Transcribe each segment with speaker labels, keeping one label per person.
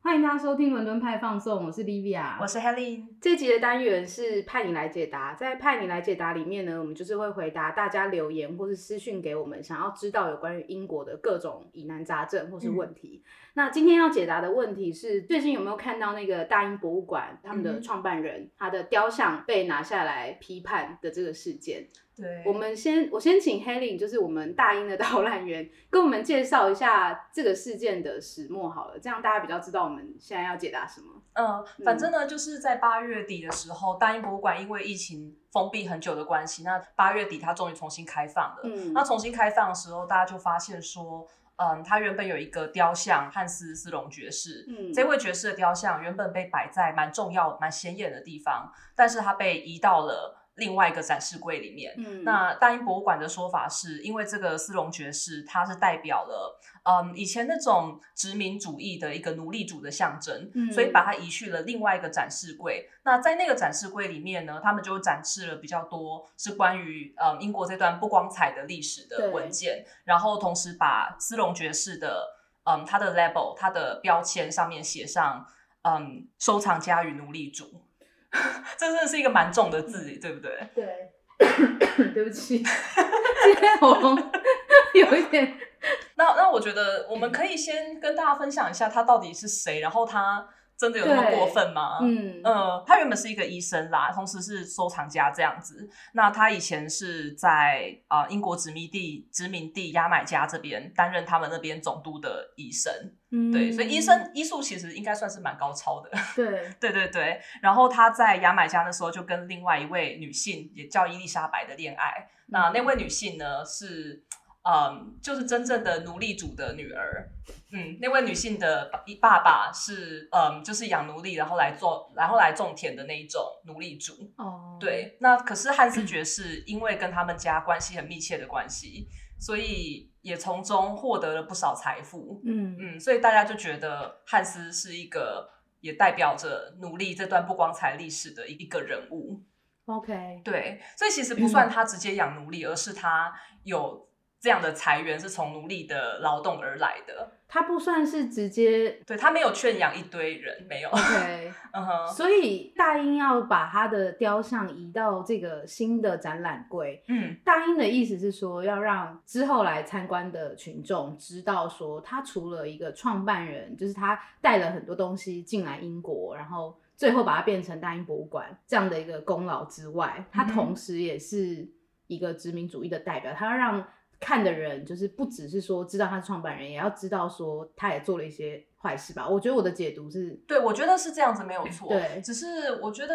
Speaker 1: 欢迎大家收听《伦敦派放送》，我是 Livia，
Speaker 2: 我是 Helen。
Speaker 1: 这集的单元是派你来解答，在派你来解答里面呢，我们就是会回答大家留言或是私讯给我们想要知道有关于英国的各种疑难杂症或是问题。那今天要解答的问题是，最近有没有看到那个大英博物馆他们
Speaker 2: 嗯
Speaker 1: 的
Speaker 2: 哼
Speaker 1: 创办人、他的雕像被拿下来批判的这个事件？
Speaker 2: 对，
Speaker 1: 我们先，我先请 Helen，就是我们大英的导览员，跟我们介绍一下这个事件的始末好了，这样大家比较知道我们现在要解答什么。
Speaker 2: 嗯，反正呢，就是在八月底的时候，大英博物馆因为疫情封闭很久的关系，那八月底它终于重新开放了。
Speaker 1: 嗯
Speaker 2: 那重新开放的时候，大家就发现说，嗯，它原本有一个雕像汉斯斯隆爵士，
Speaker 1: 嗯
Speaker 2: 这位爵士的雕像原本被摆在蛮重要、蛮显眼的地方，但是它被移到了另外一个展示柜里面。
Speaker 1: 嗯
Speaker 2: 那大英博物馆的说法是，因为这个斯隆爵士，他是代表了，嗯，以前那种殖民主义的一个奴隶主的象征，
Speaker 1: 嗯
Speaker 2: 所以把它移去了另外一个展示柜。那在那个展示柜里面呢，他们就展示了比较多是关于嗯英国这段不光彩的历史
Speaker 1: 对
Speaker 2: 的文件，然后同时把斯隆爵士的嗯他的 label 他的标签上面写上嗯收藏家与奴隶主， 这真的是一个蛮重的字，对不对？
Speaker 1: 对， 对不起，今天喉咙 有一点，
Speaker 2: 那那我觉得我
Speaker 1: 嗯
Speaker 2: 们可以先跟大家分享一下他到底是谁，然后他真的有那么
Speaker 1: 对
Speaker 2: 过分吗？
Speaker 1: 嗯
Speaker 2: 呃，他原本是一个医生啦，同时是收藏家这样子。那他以前是在啊、呃英国殖民地殖民地牙买加这边担任他们那边总督的医生，
Speaker 1: 嗯
Speaker 2: 对，所以医生医术其实应该算是蛮高超的。
Speaker 1: 对，
Speaker 2: 对对对，然后他在牙买加的时候就跟另外一位女性，也叫伊丽莎白的恋爱。那那位女性呢是，嗯，就是真正的奴隶主的女儿。嗯，那位女性的爸爸爸是，嗯，就是养奴隶，然后来做，然后来种田的那一种奴隶主。
Speaker 1: 哦，
Speaker 2: 对，那可是汉斯爵士因为跟他们家关系很密切的关系，所以也从中获得了不少财富。
Speaker 1: 嗯，
Speaker 2: 嗯，所以大家就觉得汉斯是一个也代表着奴隶这段不光彩历史的一个人物。
Speaker 1: ，OK，
Speaker 2: 对，所以其实不算他直接养奴隶，而是他有这样的财源是从奴隶的劳动而来的。
Speaker 1: 他不算是直接
Speaker 2: 对他没有圈养一堆人，没有。
Speaker 1: OK，
Speaker 2: 嗯哼，
Speaker 1: 所以大英要把他的雕像移到这个新的展览柜，
Speaker 2: 嗯，
Speaker 1: 大英的意思是说，要让之后来参观的群众知道，说他除了一个创办人，就是他带了很多东西进来英国，然后最后把它变成大英博物馆这样的一个功劳之外，他
Speaker 2: 嗯
Speaker 1: 同时也是一个殖民主义的代表。他要让看的人，就是不只是说知道他是创办人，也要知道说他也做了一些坏事吧。我觉得我的解读是，
Speaker 2: 对，我觉得是这样子没有错。
Speaker 1: 对
Speaker 2: 只是我觉得。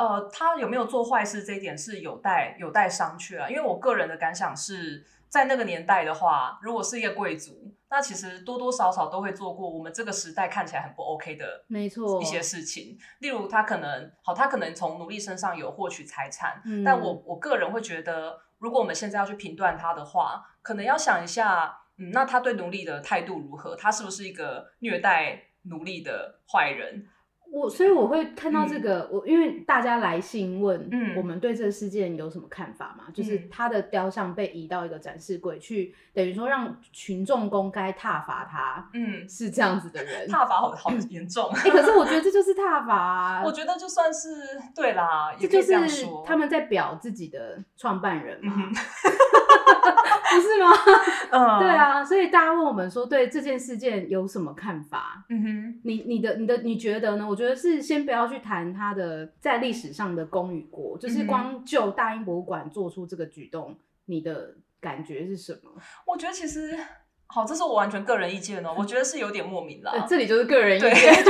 Speaker 2: 呃，他有没有做坏事这一点是有待有待商榷啊。因为我个人的感想是在那个年代的话，如果是一个贵族，那其实多多少少都会做过我们这个时代看起来很不 OK 的
Speaker 1: 没错
Speaker 2: 一些事情。例如，他可能好，他可能从奴隶身上有获取财产，
Speaker 1: 嗯
Speaker 2: 但我我个人会觉得，如果我们现在要去评断他的话，可能要想一下，嗯，那他对奴隶的态度如何？他是不是一个虐待奴隶的坏人？
Speaker 1: 我所以我会看到这个，我因为大家来信问，
Speaker 2: 嗯
Speaker 1: 我们对这个事件有什么看法嘛？就是
Speaker 2: 嗯
Speaker 1: 他的雕像被移到一个展示柜去，等于说让群众公开挞伐他，
Speaker 2: 嗯，
Speaker 1: 是这样子的人。
Speaker 2: 踏伐好 好严重。
Speaker 1: 哎、可是我觉得这就是挞伐、啊
Speaker 2: 我，觉得就算是对啦，
Speaker 1: 这
Speaker 2: 也可
Speaker 1: 就
Speaker 2: 以这样
Speaker 1: 是
Speaker 2: 说。
Speaker 1: 他们在表自己的创办人
Speaker 2: 嗯
Speaker 1: 嘛，
Speaker 2: 哼，
Speaker 1: 不是吗？
Speaker 2: 嗯，
Speaker 1: 对，啊，所以大家问我们说对这件事件有什么看法？
Speaker 2: 嗯哼，
Speaker 1: 你你的你的你觉得呢？我觉得是先不要去谈它的在历史上的功与过，就是
Speaker 2: 嗯哼
Speaker 1: 光就大英博物馆做出这个举动，你的感觉是什么？
Speaker 2: 我觉得其实好，这是我完全个人意见哦，我觉得是有点莫名 啦。
Speaker 1: 呃这里就是个人意
Speaker 2: 对
Speaker 1: 见，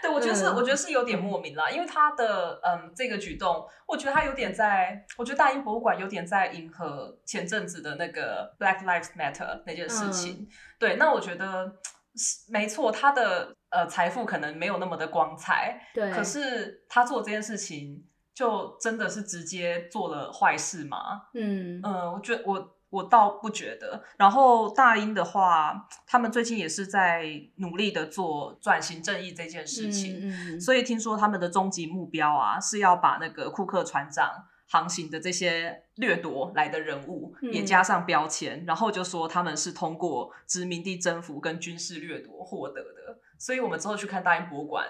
Speaker 2: 对，我觉得是，
Speaker 1: 嗯
Speaker 2: 我觉得是有点莫名啦，因为他的嗯这个举动，我觉得他有点在，我觉得大英博物馆有点在迎合前阵子的那个 Black Lives Matter 那件事情。
Speaker 1: 嗯
Speaker 2: 对，那我觉得是没错，他的呃财富可能没有那么的光彩，
Speaker 1: 对，嗯
Speaker 2: 可是他做这件事情，就真的是直接做了坏事吗？
Speaker 1: 嗯
Speaker 2: 嗯，我觉得我我倒不觉得。然后大英的话，他们最近也是在努力的做转型正义这件事情，
Speaker 1: 嗯嗯嗯
Speaker 2: 所以听说他们的终极目标啊是要把那个库克船长航行的这些掠夺来的人物
Speaker 1: 嗯
Speaker 2: 也加上标签，然后就说他们是通过殖民地征服跟军事掠夺获得的。所以我们之后去看大英博物馆，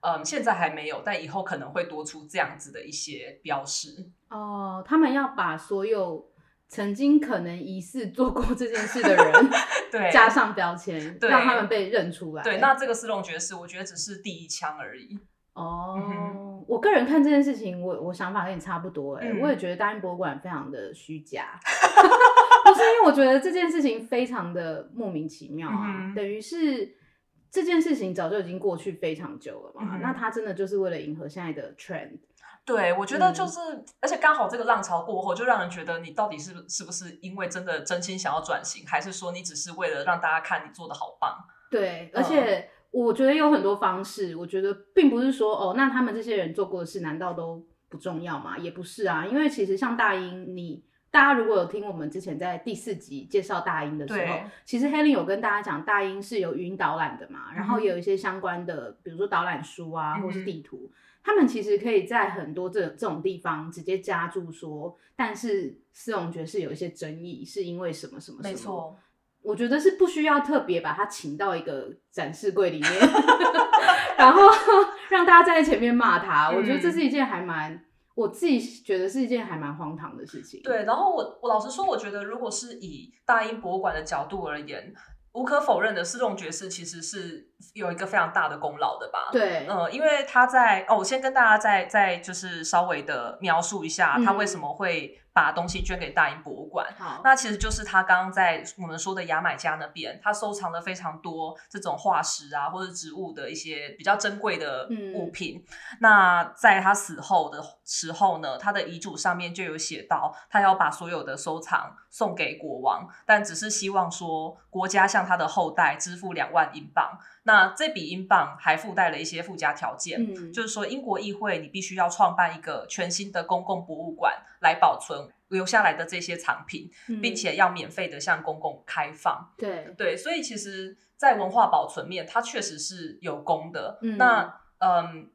Speaker 2: 嗯，现在还没有，但以后可能会多出这样子的一些标识。
Speaker 1: 哦，他们要把所有曾经可能疑似做过这件事的 人
Speaker 2: 对，
Speaker 1: 加上标签，嗯
Speaker 2: 对
Speaker 1: 让他们被认出来。
Speaker 2: 对，那这个斯隆爵士，我觉得只是第一枪而已。
Speaker 1: 哦。
Speaker 2: 嗯
Speaker 1: 我个人看这件事情，我我想法跟你差不多哎、
Speaker 2: 嗯
Speaker 1: 我也觉得大英博物馆非常的虚假， 不是因为我觉得这件事情非常的莫名其妙啊，
Speaker 2: 嗯哼
Speaker 1: 等于是这件事情早就已经过去非常久了
Speaker 2: 嗯
Speaker 1: 嘛，
Speaker 2: 哼
Speaker 1: 那它真的就是为了迎合现在的 trend，
Speaker 2: 对，我觉得就
Speaker 1: 嗯
Speaker 2: 是，而且刚好这个浪潮过后，就让人觉得你到底是不是不是因为真的真心想要转型，还是说你只是为了让大家看你做的好棒？
Speaker 1: 对，而
Speaker 2: 嗯
Speaker 1: 且我觉得有很多方式，我觉得并不是说哦，那他们这些人做过的事难道都不重要吗？也不是啊，因为其实像大英，你大家如果有听我们之前在第四集介绍大英的时候
Speaker 2: 对，
Speaker 1: 其实 Helen 有跟大家讲，大英是有语音导览的嘛，然后也有一些相关的，比如说导览书啊，
Speaker 2: 嗯嗯哼
Speaker 1: 或是地图。他们其实可以在很多这这种地方直接加注说，但是斯隆爵士有一些争议，是因为什么什么什么？
Speaker 2: 没错，
Speaker 1: 我觉得是不需要特别把它请到一个展示柜里面， 然后 让大家站在前面骂他。
Speaker 2: 嗯
Speaker 1: 我觉得这是一件还蛮，我自己觉得是一件还蛮荒唐的事情。，
Speaker 2: 对。然后我我老实说，我觉得如果是以大英博物馆的角度而言，无可否认的，斯隆爵士其实是有一个非常大的功劳的吧？
Speaker 1: 对，
Speaker 2: 呃，因为他在哦，我先跟大家再再就是稍微的描述一下他
Speaker 1: 嗯
Speaker 2: 为什么会把东西捐给大英博物馆。
Speaker 1: 好，
Speaker 2: 那其实就是他刚刚在我们说的牙买加那边，他收藏了非常多这种化石啊或者植物的一些比较珍贵的
Speaker 1: 嗯
Speaker 2: 物品。那在他死后的时候呢，他的遗嘱上面就有写到，他要把所有的收藏送给国王，但只是希望说国家向他的后代支付两万英镑。那这笔英镑还附带了一些附加条件，
Speaker 1: 嗯，
Speaker 2: 就是说，英国议会你必须要创办一个全新的公共博物馆来保存留下来的这些藏品，
Speaker 1: 嗯
Speaker 2: 并且要免费的向公共开放。
Speaker 1: 对，
Speaker 2: 对，所以其实，在文化保存面，它确实是有功的。
Speaker 1: 嗯
Speaker 2: 那嗯，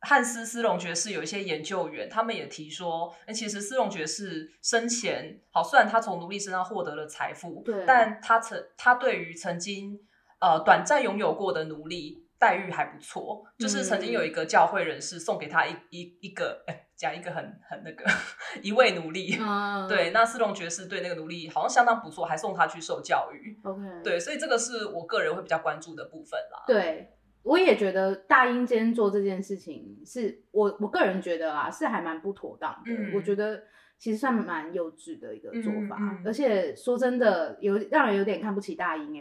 Speaker 2: 汉斯斯隆爵士有一些研究员，他们也提说，诶其实斯隆爵士生前，好，虽然他从奴隶身上获得了财富，
Speaker 1: 对
Speaker 2: 但他曾他对于曾经呃短暂拥有过的奴隶待遇还不错，就是曾
Speaker 1: 嗯
Speaker 2: 经有一个教会人士送给他一一一个，哎、讲一个很很那个 一位奴隶。
Speaker 1: 嗯，
Speaker 2: 对，那斯隆爵士对那个奴隶好像相当不错，还送他去受教育。
Speaker 1: ，OK，
Speaker 2: 对，所以这个是我个人会比较关注的部分啦。
Speaker 1: 对，我也觉得大英今天做这件事情是我我个人觉得啊，是还蛮不妥当的。
Speaker 2: 嗯
Speaker 1: 我觉得其实算蛮幼稚的一个做法，
Speaker 2: 嗯嗯嗯
Speaker 1: 而且说真的，有让人有点看不起大英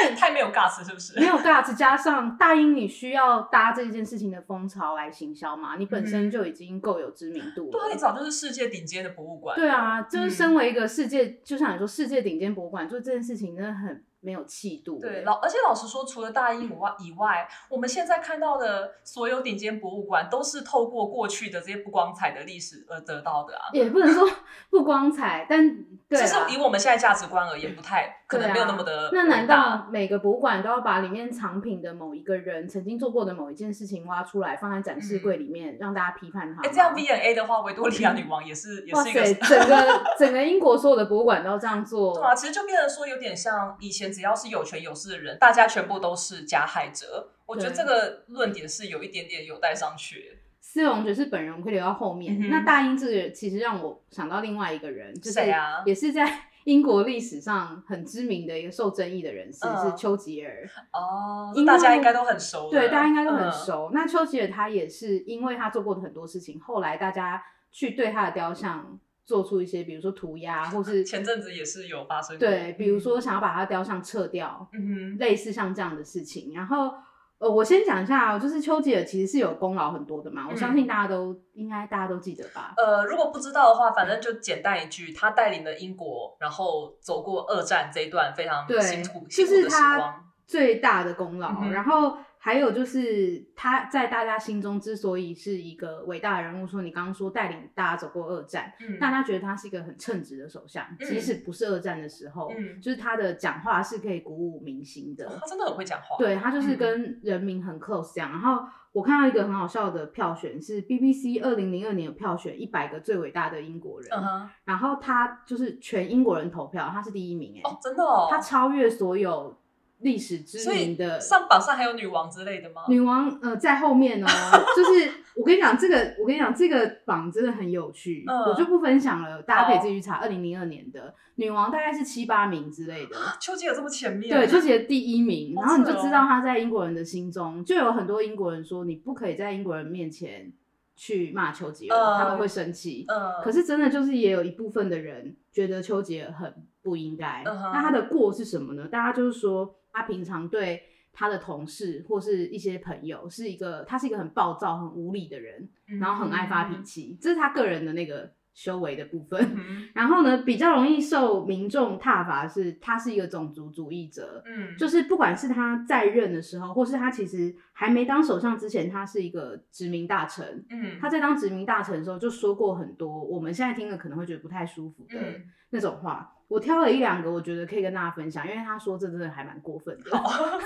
Speaker 1: 哎、
Speaker 2: 太没有 gas 是不是？
Speaker 1: 没有 guts，加上大英你需要搭这件事情的风潮来行销嘛，你本身就已经够有知名度
Speaker 2: 嗯对啊，你
Speaker 1: 了。
Speaker 2: 早就是世界顶尖的博物馆。
Speaker 1: 对啊，就是
Speaker 2: 嗯
Speaker 1: 身为一个世界，就像你说世界顶尖博物馆做这件事情，真的很没有气度欸。
Speaker 2: 对，老而且老实说，除了大英以外以外，我们现在看到的所有顶尖博物馆，都是透过过去的这些不光彩的历史而得到的啊。
Speaker 1: 也不能 说不光彩，但对
Speaker 2: 其
Speaker 1: 啊
Speaker 2: 实以我们现在价值观而言，不太可能没有那么的、
Speaker 1: 那难道？每个博物馆都要把里面藏品的某一个人曾经做过的某一件事情挖出来，放在展示柜里面、让大家批判他吗？
Speaker 2: 嗯哎，这样 V N A 的话，维多利亚女王也是也
Speaker 1: 哇
Speaker 2: 是一个
Speaker 1: 塞，整个整个英国所有的博物馆都这样做，
Speaker 2: 对啊，其实就变成说，有点像以前只要是有权有势的人，大家全部都是加害者。我觉得
Speaker 1: 对
Speaker 2: 这个论点是有一点点有待商榷。
Speaker 1: 斯隆爵士本人我们可以留到后面。
Speaker 2: 嗯哼
Speaker 1: 那大英这个人其实让我想到另外一个人，就是
Speaker 2: 谁啊
Speaker 1: 也是在 英国历史上很知名的一个受争议的人士、
Speaker 2: 嗯
Speaker 1: 是丘吉尔。
Speaker 2: 哦，
Speaker 1: 因为
Speaker 2: 大家应该都很熟了，
Speaker 1: 对，大家应该都很
Speaker 2: 嗯。
Speaker 1: 熟。那丘吉尔他也是因为他做过的很多事情，后来大家去对他的雕像做出一些，比如说涂鸦，或是
Speaker 2: 前阵子也是有发生过，
Speaker 1: 对，比如说想要把他的雕像撤掉，
Speaker 2: 嗯，嗯
Speaker 1: 类似像这样的事情。然后，呃，我先讲一下哦，就是丘吉尔其实是有功劳很多的嘛，我
Speaker 2: 嗯
Speaker 1: 相信大家都、应该大家都记得吧。
Speaker 2: 哼，呃，如果不知道的话，反正就简单一句，他带领了英国，然后走过二战这一段非常
Speaker 1: 对
Speaker 2: 辛苦
Speaker 1: 就
Speaker 2: 辛
Speaker 1: 是
Speaker 2: 苦的时
Speaker 1: 他
Speaker 2: 光。
Speaker 1: 最大的功劳。
Speaker 2: 嗯哼
Speaker 1: 然后还有就是他在大家心中之所以是一个伟大的人物，说你刚刚说带领大家走过二战，
Speaker 2: 嗯
Speaker 1: 大家觉得他是一个很称职的首相，
Speaker 2: 嗯
Speaker 1: 即使不是二战的时候，
Speaker 2: 嗯，哦
Speaker 1: 就是他的讲话是可以鼓舞民心的。
Speaker 2: 他真的很会讲话，，
Speaker 1: 对他就是
Speaker 2: 嗯
Speaker 1: 跟人民很 close 这样。然后我看到一个很好笑的票选是 BBC 二零零二年有票选一百个最伟大的英国人，
Speaker 2: 嗯哼，
Speaker 1: 然后他就是全英国人投票，他是第一名哎、
Speaker 2: 哦，真的哦，
Speaker 1: 他超越所有历史知
Speaker 2: 所以
Speaker 1: 名的
Speaker 2: 上榜上还有女王之类的吗？
Speaker 1: 女王呃在后面哦， 就是我跟你讲这个，我跟你讲这个榜真的很有趣，
Speaker 2: 嗯
Speaker 1: 我就不分享了，大家可以自己去查。二零零二年的女王大概是七八名之类的，
Speaker 2: 丘吉尔这么前面，
Speaker 1: 对，丘吉尔第一名，
Speaker 2: 啊好
Speaker 1: 然后你
Speaker 2: 扯
Speaker 1: 就
Speaker 2: 哦
Speaker 1: 知道他在英国人的心中，就有很多英国人说你不可以在英国人面前去骂丘吉尔，
Speaker 2: 嗯
Speaker 1: 他们会生气。
Speaker 2: 嗯，
Speaker 1: 可
Speaker 2: 是
Speaker 1: 是真的就是也有一部分的人觉得丘吉尔很不应该。
Speaker 2: 嗯哼
Speaker 1: 那他的过是什么呢？大家就是说他平常对他的同事或是一些朋友是一个，他是一个很暴躁、很无理的
Speaker 2: 嗯
Speaker 1: 人，嗯然后很爱发脾，气，这是他个人的那个修为的部分。
Speaker 2: 嗯
Speaker 1: 然后呢，比较容易受民众挞伐是他是一个种族主义者，
Speaker 2: 嗯，
Speaker 1: 就是不管是他在任的时候，或是他其实还没当首相之前，他是一个殖民大臣。
Speaker 2: 嗯，
Speaker 1: 他在当殖民大臣的时候就说过很多我们现在听了可能会觉得不太舒服的
Speaker 2: 嗯，
Speaker 1: 那种话。我挑了一两个，我觉得可以跟大家分享，因为他说这真的还蛮过分的。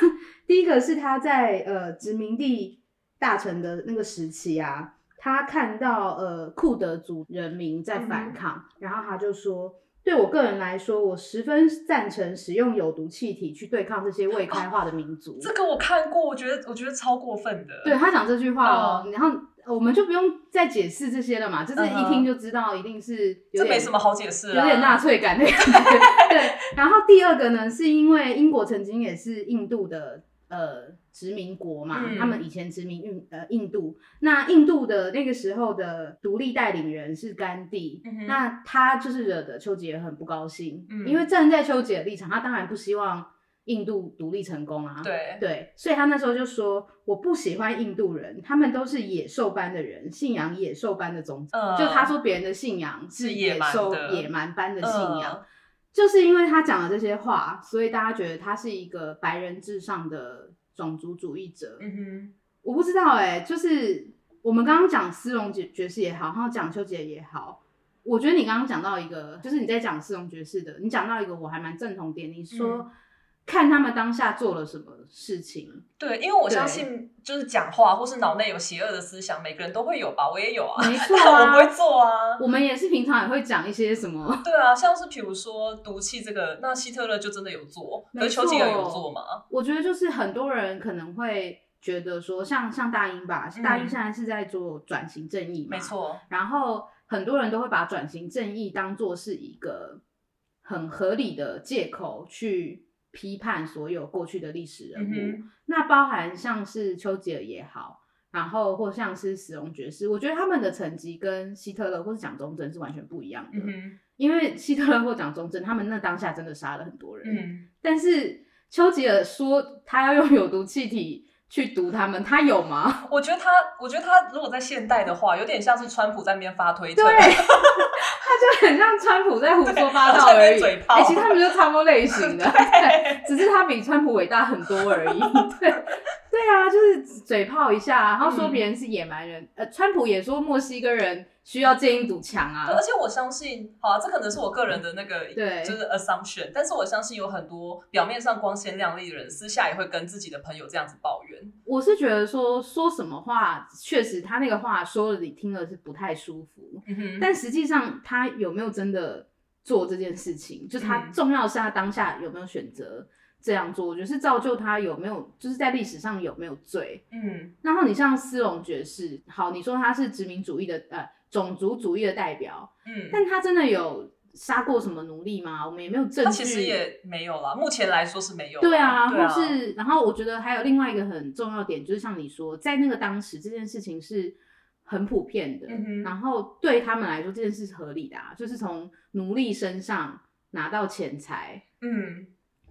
Speaker 1: 第一个是他在呃殖民地大臣的那个时期啊，他看到呃库德族人民在反抗，然后他就说。对我个人来说，我十分赞成使用有毒气体去对抗这些未开化的民族。
Speaker 2: 这个我看过，我觉得我觉得超过分的，
Speaker 1: 对，他讲这句话哦，然后我们就不用再解释这些了嘛，就是
Speaker 2: 嗯
Speaker 1: 一
Speaker 2: 哼
Speaker 1: 听就知道，一定是有
Speaker 2: 这
Speaker 1: 点
Speaker 2: 没什么好解释啊，
Speaker 1: 有点纳粹感的感觉。对，然后第二个呢，是因为英国曾经也是印度的呃殖民国嘛，
Speaker 2: 嗯
Speaker 1: 他们以前殖民印呃印度，那印度的那个时候的独立带领人是甘地。
Speaker 2: 嗯哼，
Speaker 1: 那他就是惹得丘吉尔很不高兴，
Speaker 2: 嗯
Speaker 1: 因为站在丘吉尔立场，他当然不希望印度独立成功啊。
Speaker 2: 对，
Speaker 1: 对，所以他那时候就说：“我不喜欢印度人，他们都是野兽般的人，信仰野兽般的宗教。
Speaker 2: 嗯
Speaker 1: 就他说别人的信仰
Speaker 2: 是野
Speaker 1: 野
Speaker 2: 蛮
Speaker 1: 兽
Speaker 2: 的
Speaker 1: 野蛮般的信仰，
Speaker 2: 嗯
Speaker 1: 就是因为他讲了这些话，所以大家觉得他是一个白人至上的种族主义者。
Speaker 2: 嗯
Speaker 1: 我不知道哎、就是我们刚刚讲斯隆爵爵士也好，然后讲丘吉尔也好，我觉得你刚刚讲到一个，就是你在讲斯隆爵士的，你讲到一个我还蛮正统点，你说、
Speaker 2: 嗯
Speaker 1: 看他们当下做了什么事情，
Speaker 2: 哼，对，因为我
Speaker 1: 对
Speaker 2: 相信就是讲话或是脑内有邪恶的思想，每个人都会有吧，我也 有啊，
Speaker 1: 没错
Speaker 2: 但 我
Speaker 1: 啊，
Speaker 2: 不会做啊。
Speaker 1: 我们也是平常也会讲一些什么，
Speaker 2: 对啊，像是比如说毒气这个，那希特勒就真的有做，可
Speaker 1: 没
Speaker 2: 是
Speaker 1: 错
Speaker 2: 丘吉尔有做吗？
Speaker 1: 我觉得就是很多人可能会觉得说，像像大英吧，
Speaker 2: 嗯
Speaker 1: 大英现在是在做转型正义嘛，
Speaker 2: 没错，
Speaker 1: 然后很多人都会把转型正义当做是一个很合理的借口去批判所有过去的历史人物。
Speaker 2: 嗯
Speaker 1: 那包含像是丘吉尔也好，然后或像是史隆爵士，我觉得他们的成绩跟希特勒或是蒋中正是完全不一样
Speaker 2: 哼，
Speaker 1: 的。
Speaker 2: 嗯哼，
Speaker 1: 因为希特勒或蒋中正他们那当下真的杀了很多人，
Speaker 2: 嗯，
Speaker 1: 但是丘吉尔说他要用有毒气体去毒他们，他有吗？
Speaker 2: 我觉得他，我觉得他如果在现代的话，有点像是川普在那边发推特，
Speaker 1: 对，他就很像川普在胡说八道
Speaker 2: 对
Speaker 1: 而已。
Speaker 2: 在那边嘴炮
Speaker 1: 哎、其实他们就差不多类型 的，对，只是他比川普伟大很多而已。对，对啊，就是嘴炮一下，啊然后说
Speaker 2: 嗯
Speaker 1: 别人是野蛮人。呃，川普也说墨西哥人需要建一堵墙啊
Speaker 2: 对。而且我相信，好、啊，这可能是我个人的那个
Speaker 1: 对
Speaker 2: 就是 assumption，但是我相信有很多表面上光鲜亮丽的人，私下也会跟自己的朋友这样子抱怨。
Speaker 1: 我是觉得说说什么话，确实他那个话说了，你听了是不太舒服，
Speaker 2: 嗯哼，
Speaker 1: 但实际上他有没有真的做这件事情，就是他
Speaker 2: 嗯
Speaker 1: 重要的是他当下有没有选择这样做，我觉得是造就他有没有就是在历史上有没有罪。
Speaker 2: 嗯
Speaker 1: 然后你像斯隆爵士，好，你说他是殖民主义的呃种族主义的代表，
Speaker 2: 嗯，
Speaker 1: 但他真的有杀过什么奴隶吗？我们也没有证据。
Speaker 2: 他其实也没有啦，目前来说是没有啦。
Speaker 1: 对啊，
Speaker 2: 对啊，
Speaker 1: 或是然后我觉得还有另外一个很重要点，就是像你说，在那个当时这件事情是很普遍的，
Speaker 2: 嗯哼
Speaker 1: 然后对他们来说这件事是合理的、啊，就是从奴隶身上拿到钱财，
Speaker 2: 嗯。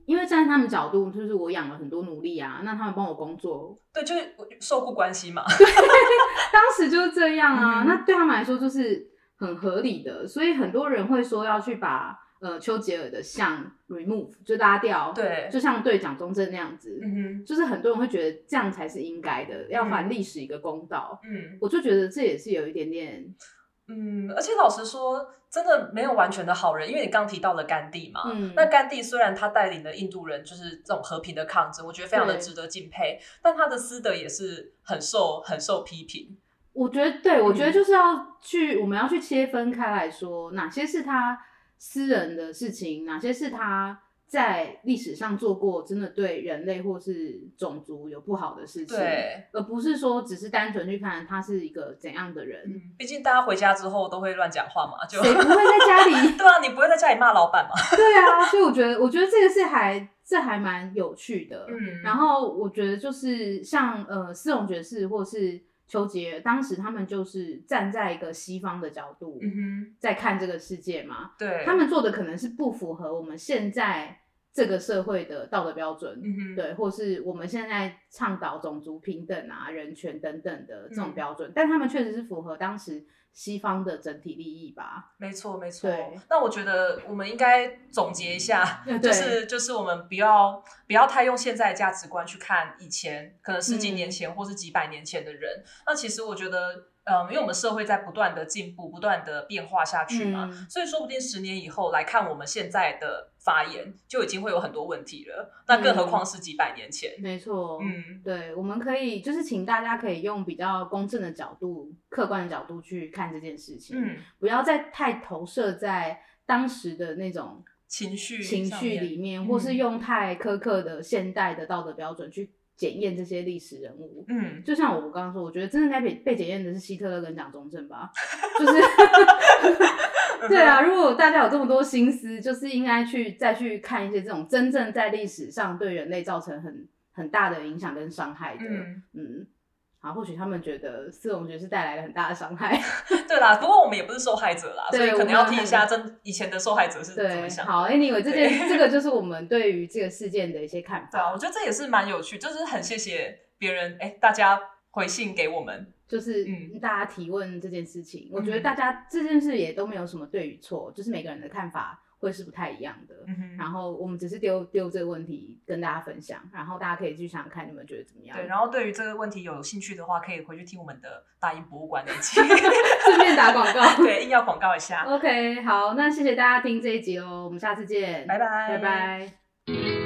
Speaker 1: 因为站在他们角度，就是我养了很多奴隶啊，那他们帮我工作，
Speaker 2: 对，就是受雇关系嘛。
Speaker 1: 当时就是这样啊，
Speaker 2: 嗯哼
Speaker 1: 那对他们来说就是很合理的，所以很多人会说要去把呃丘吉尔的像 remove 就拉掉，，
Speaker 2: 对，
Speaker 1: 就像对蒋中正那样子，
Speaker 2: 嗯
Speaker 1: 就是很多人会觉得这样才是应该的，要还历史一个公道。
Speaker 2: 哼，嗯
Speaker 1: 我就觉得这也是有一点点，
Speaker 2: 嗯，而且老实说，真的没有完全的好人，因为你刚提到了甘地嘛，
Speaker 1: 嗯，
Speaker 2: 啊那甘地虽然他带领了印度人就是这种和平的抗争，我觉得非常的
Speaker 1: 对
Speaker 2: 值得敬佩，但他的私德也是很受很受批评。
Speaker 1: 我觉得对，我觉得
Speaker 2: 嗯
Speaker 1: 就是要去，我们要去切分开来说，哪些是他私人的事情，哪些是他在历史上做过真的对人类或是种族有不好的事情，
Speaker 2: 对，
Speaker 1: 而不是说只是单纯去看他是一个怎样的人。
Speaker 2: 毕竟大家回家之后都会乱讲话嘛，就
Speaker 1: 嗯谁不会在家里？
Speaker 2: 对啊，你不会在家里骂老板嘛？
Speaker 1: 对啊，所以我觉得，我觉得这个是还这还蛮有趣的。
Speaker 2: 嗯
Speaker 1: 然后我觉得就是像呃四种爵士或是丘吉尔，当时他们就是站在一个西方的角度，
Speaker 2: 嗯
Speaker 1: 在看这个世界嘛
Speaker 2: 哼，，对，
Speaker 1: 他们做的可能是不符合我们现在这个社会的道德标准，
Speaker 2: 嗯哼，
Speaker 1: 对，或是我们现在倡导种族平等啊、人权等等的这种
Speaker 2: 嗯
Speaker 1: 标准，但他们确实是符合当时西方的整体利益吧？
Speaker 2: 没错没错
Speaker 1: 对。
Speaker 2: 那我觉得我们应该总结一下，
Speaker 1: 对
Speaker 2: 就是就是我们不要不要太用现在的价值观去看以前可能十几
Speaker 1: 嗯
Speaker 2: 年前或是几百年前的人。那其实我觉得，嗯，因为我们社会在不断的进步、不断的变化下去嘛，
Speaker 1: 嗯
Speaker 2: 所以说不定十年以后来看我们现在的发言，就已经会有很多问题了。那更何
Speaker 1: 嗯
Speaker 2: 况是几百年前。
Speaker 1: 没错，
Speaker 2: 嗯，
Speaker 1: 对，我们可以就是请大家可以用比较公正的角度、客观的角度去看这件事情，
Speaker 2: 嗯，
Speaker 1: 不要再太投射在当时的那种
Speaker 2: 情绪
Speaker 1: 情
Speaker 2: 上
Speaker 1: 绪
Speaker 2: 面
Speaker 1: 里面，或是
Speaker 2: 嗯
Speaker 1: 用太苛刻的现代的道德标准去检验这些历史人物。
Speaker 2: 嗯，
Speaker 1: 就像我刚刚说，我觉得真的该被被检验的是希特勒跟蒋中正吧， 就是， 对啊，如果大家有这么多心思，就是应该去再去看一些这种真正在历史上对人类造成很很大的影响跟伤害的，嗯
Speaker 2: 嗯，
Speaker 1: 啊，或许他们觉得四龙爵士带来了很大的伤害，
Speaker 2: 对啦，不过我们也不是受害者啦，
Speaker 1: 对
Speaker 2: 所以可能要
Speaker 1: 我们
Speaker 2: 听一下真以前的受害者是 怎么
Speaker 1: 对，
Speaker 2: 想的。
Speaker 1: 好，anyway，这件这个就是我们对于这个事件的一些看
Speaker 2: 对啊，
Speaker 1: 法
Speaker 2: 我，觉得这也是蛮有趣，就是很谢谢别人，哎，大家回信给我们，
Speaker 1: 就是
Speaker 2: 嗯
Speaker 1: 大家提问这件事情，我觉得
Speaker 2: 嗯
Speaker 1: 大家这件事也都没有什么对与错，就是每个人的看法会是不太一样的。
Speaker 2: 嗯
Speaker 1: 然后我们只是丢丢这个问题跟大家分享，然后大家可以去想想看你们觉得怎么样。
Speaker 2: 对，然后对于这个问题有兴趣的话，可以回去听我们的大英博物馆那一 集，
Speaker 1: 顺便打广告。
Speaker 2: 对，硬啊要广告一下，
Speaker 1: OK，好，那谢谢大家听这一集哦，我们下次见，
Speaker 2: 拜
Speaker 1: 拜
Speaker 2: 拜，
Speaker 1: 拜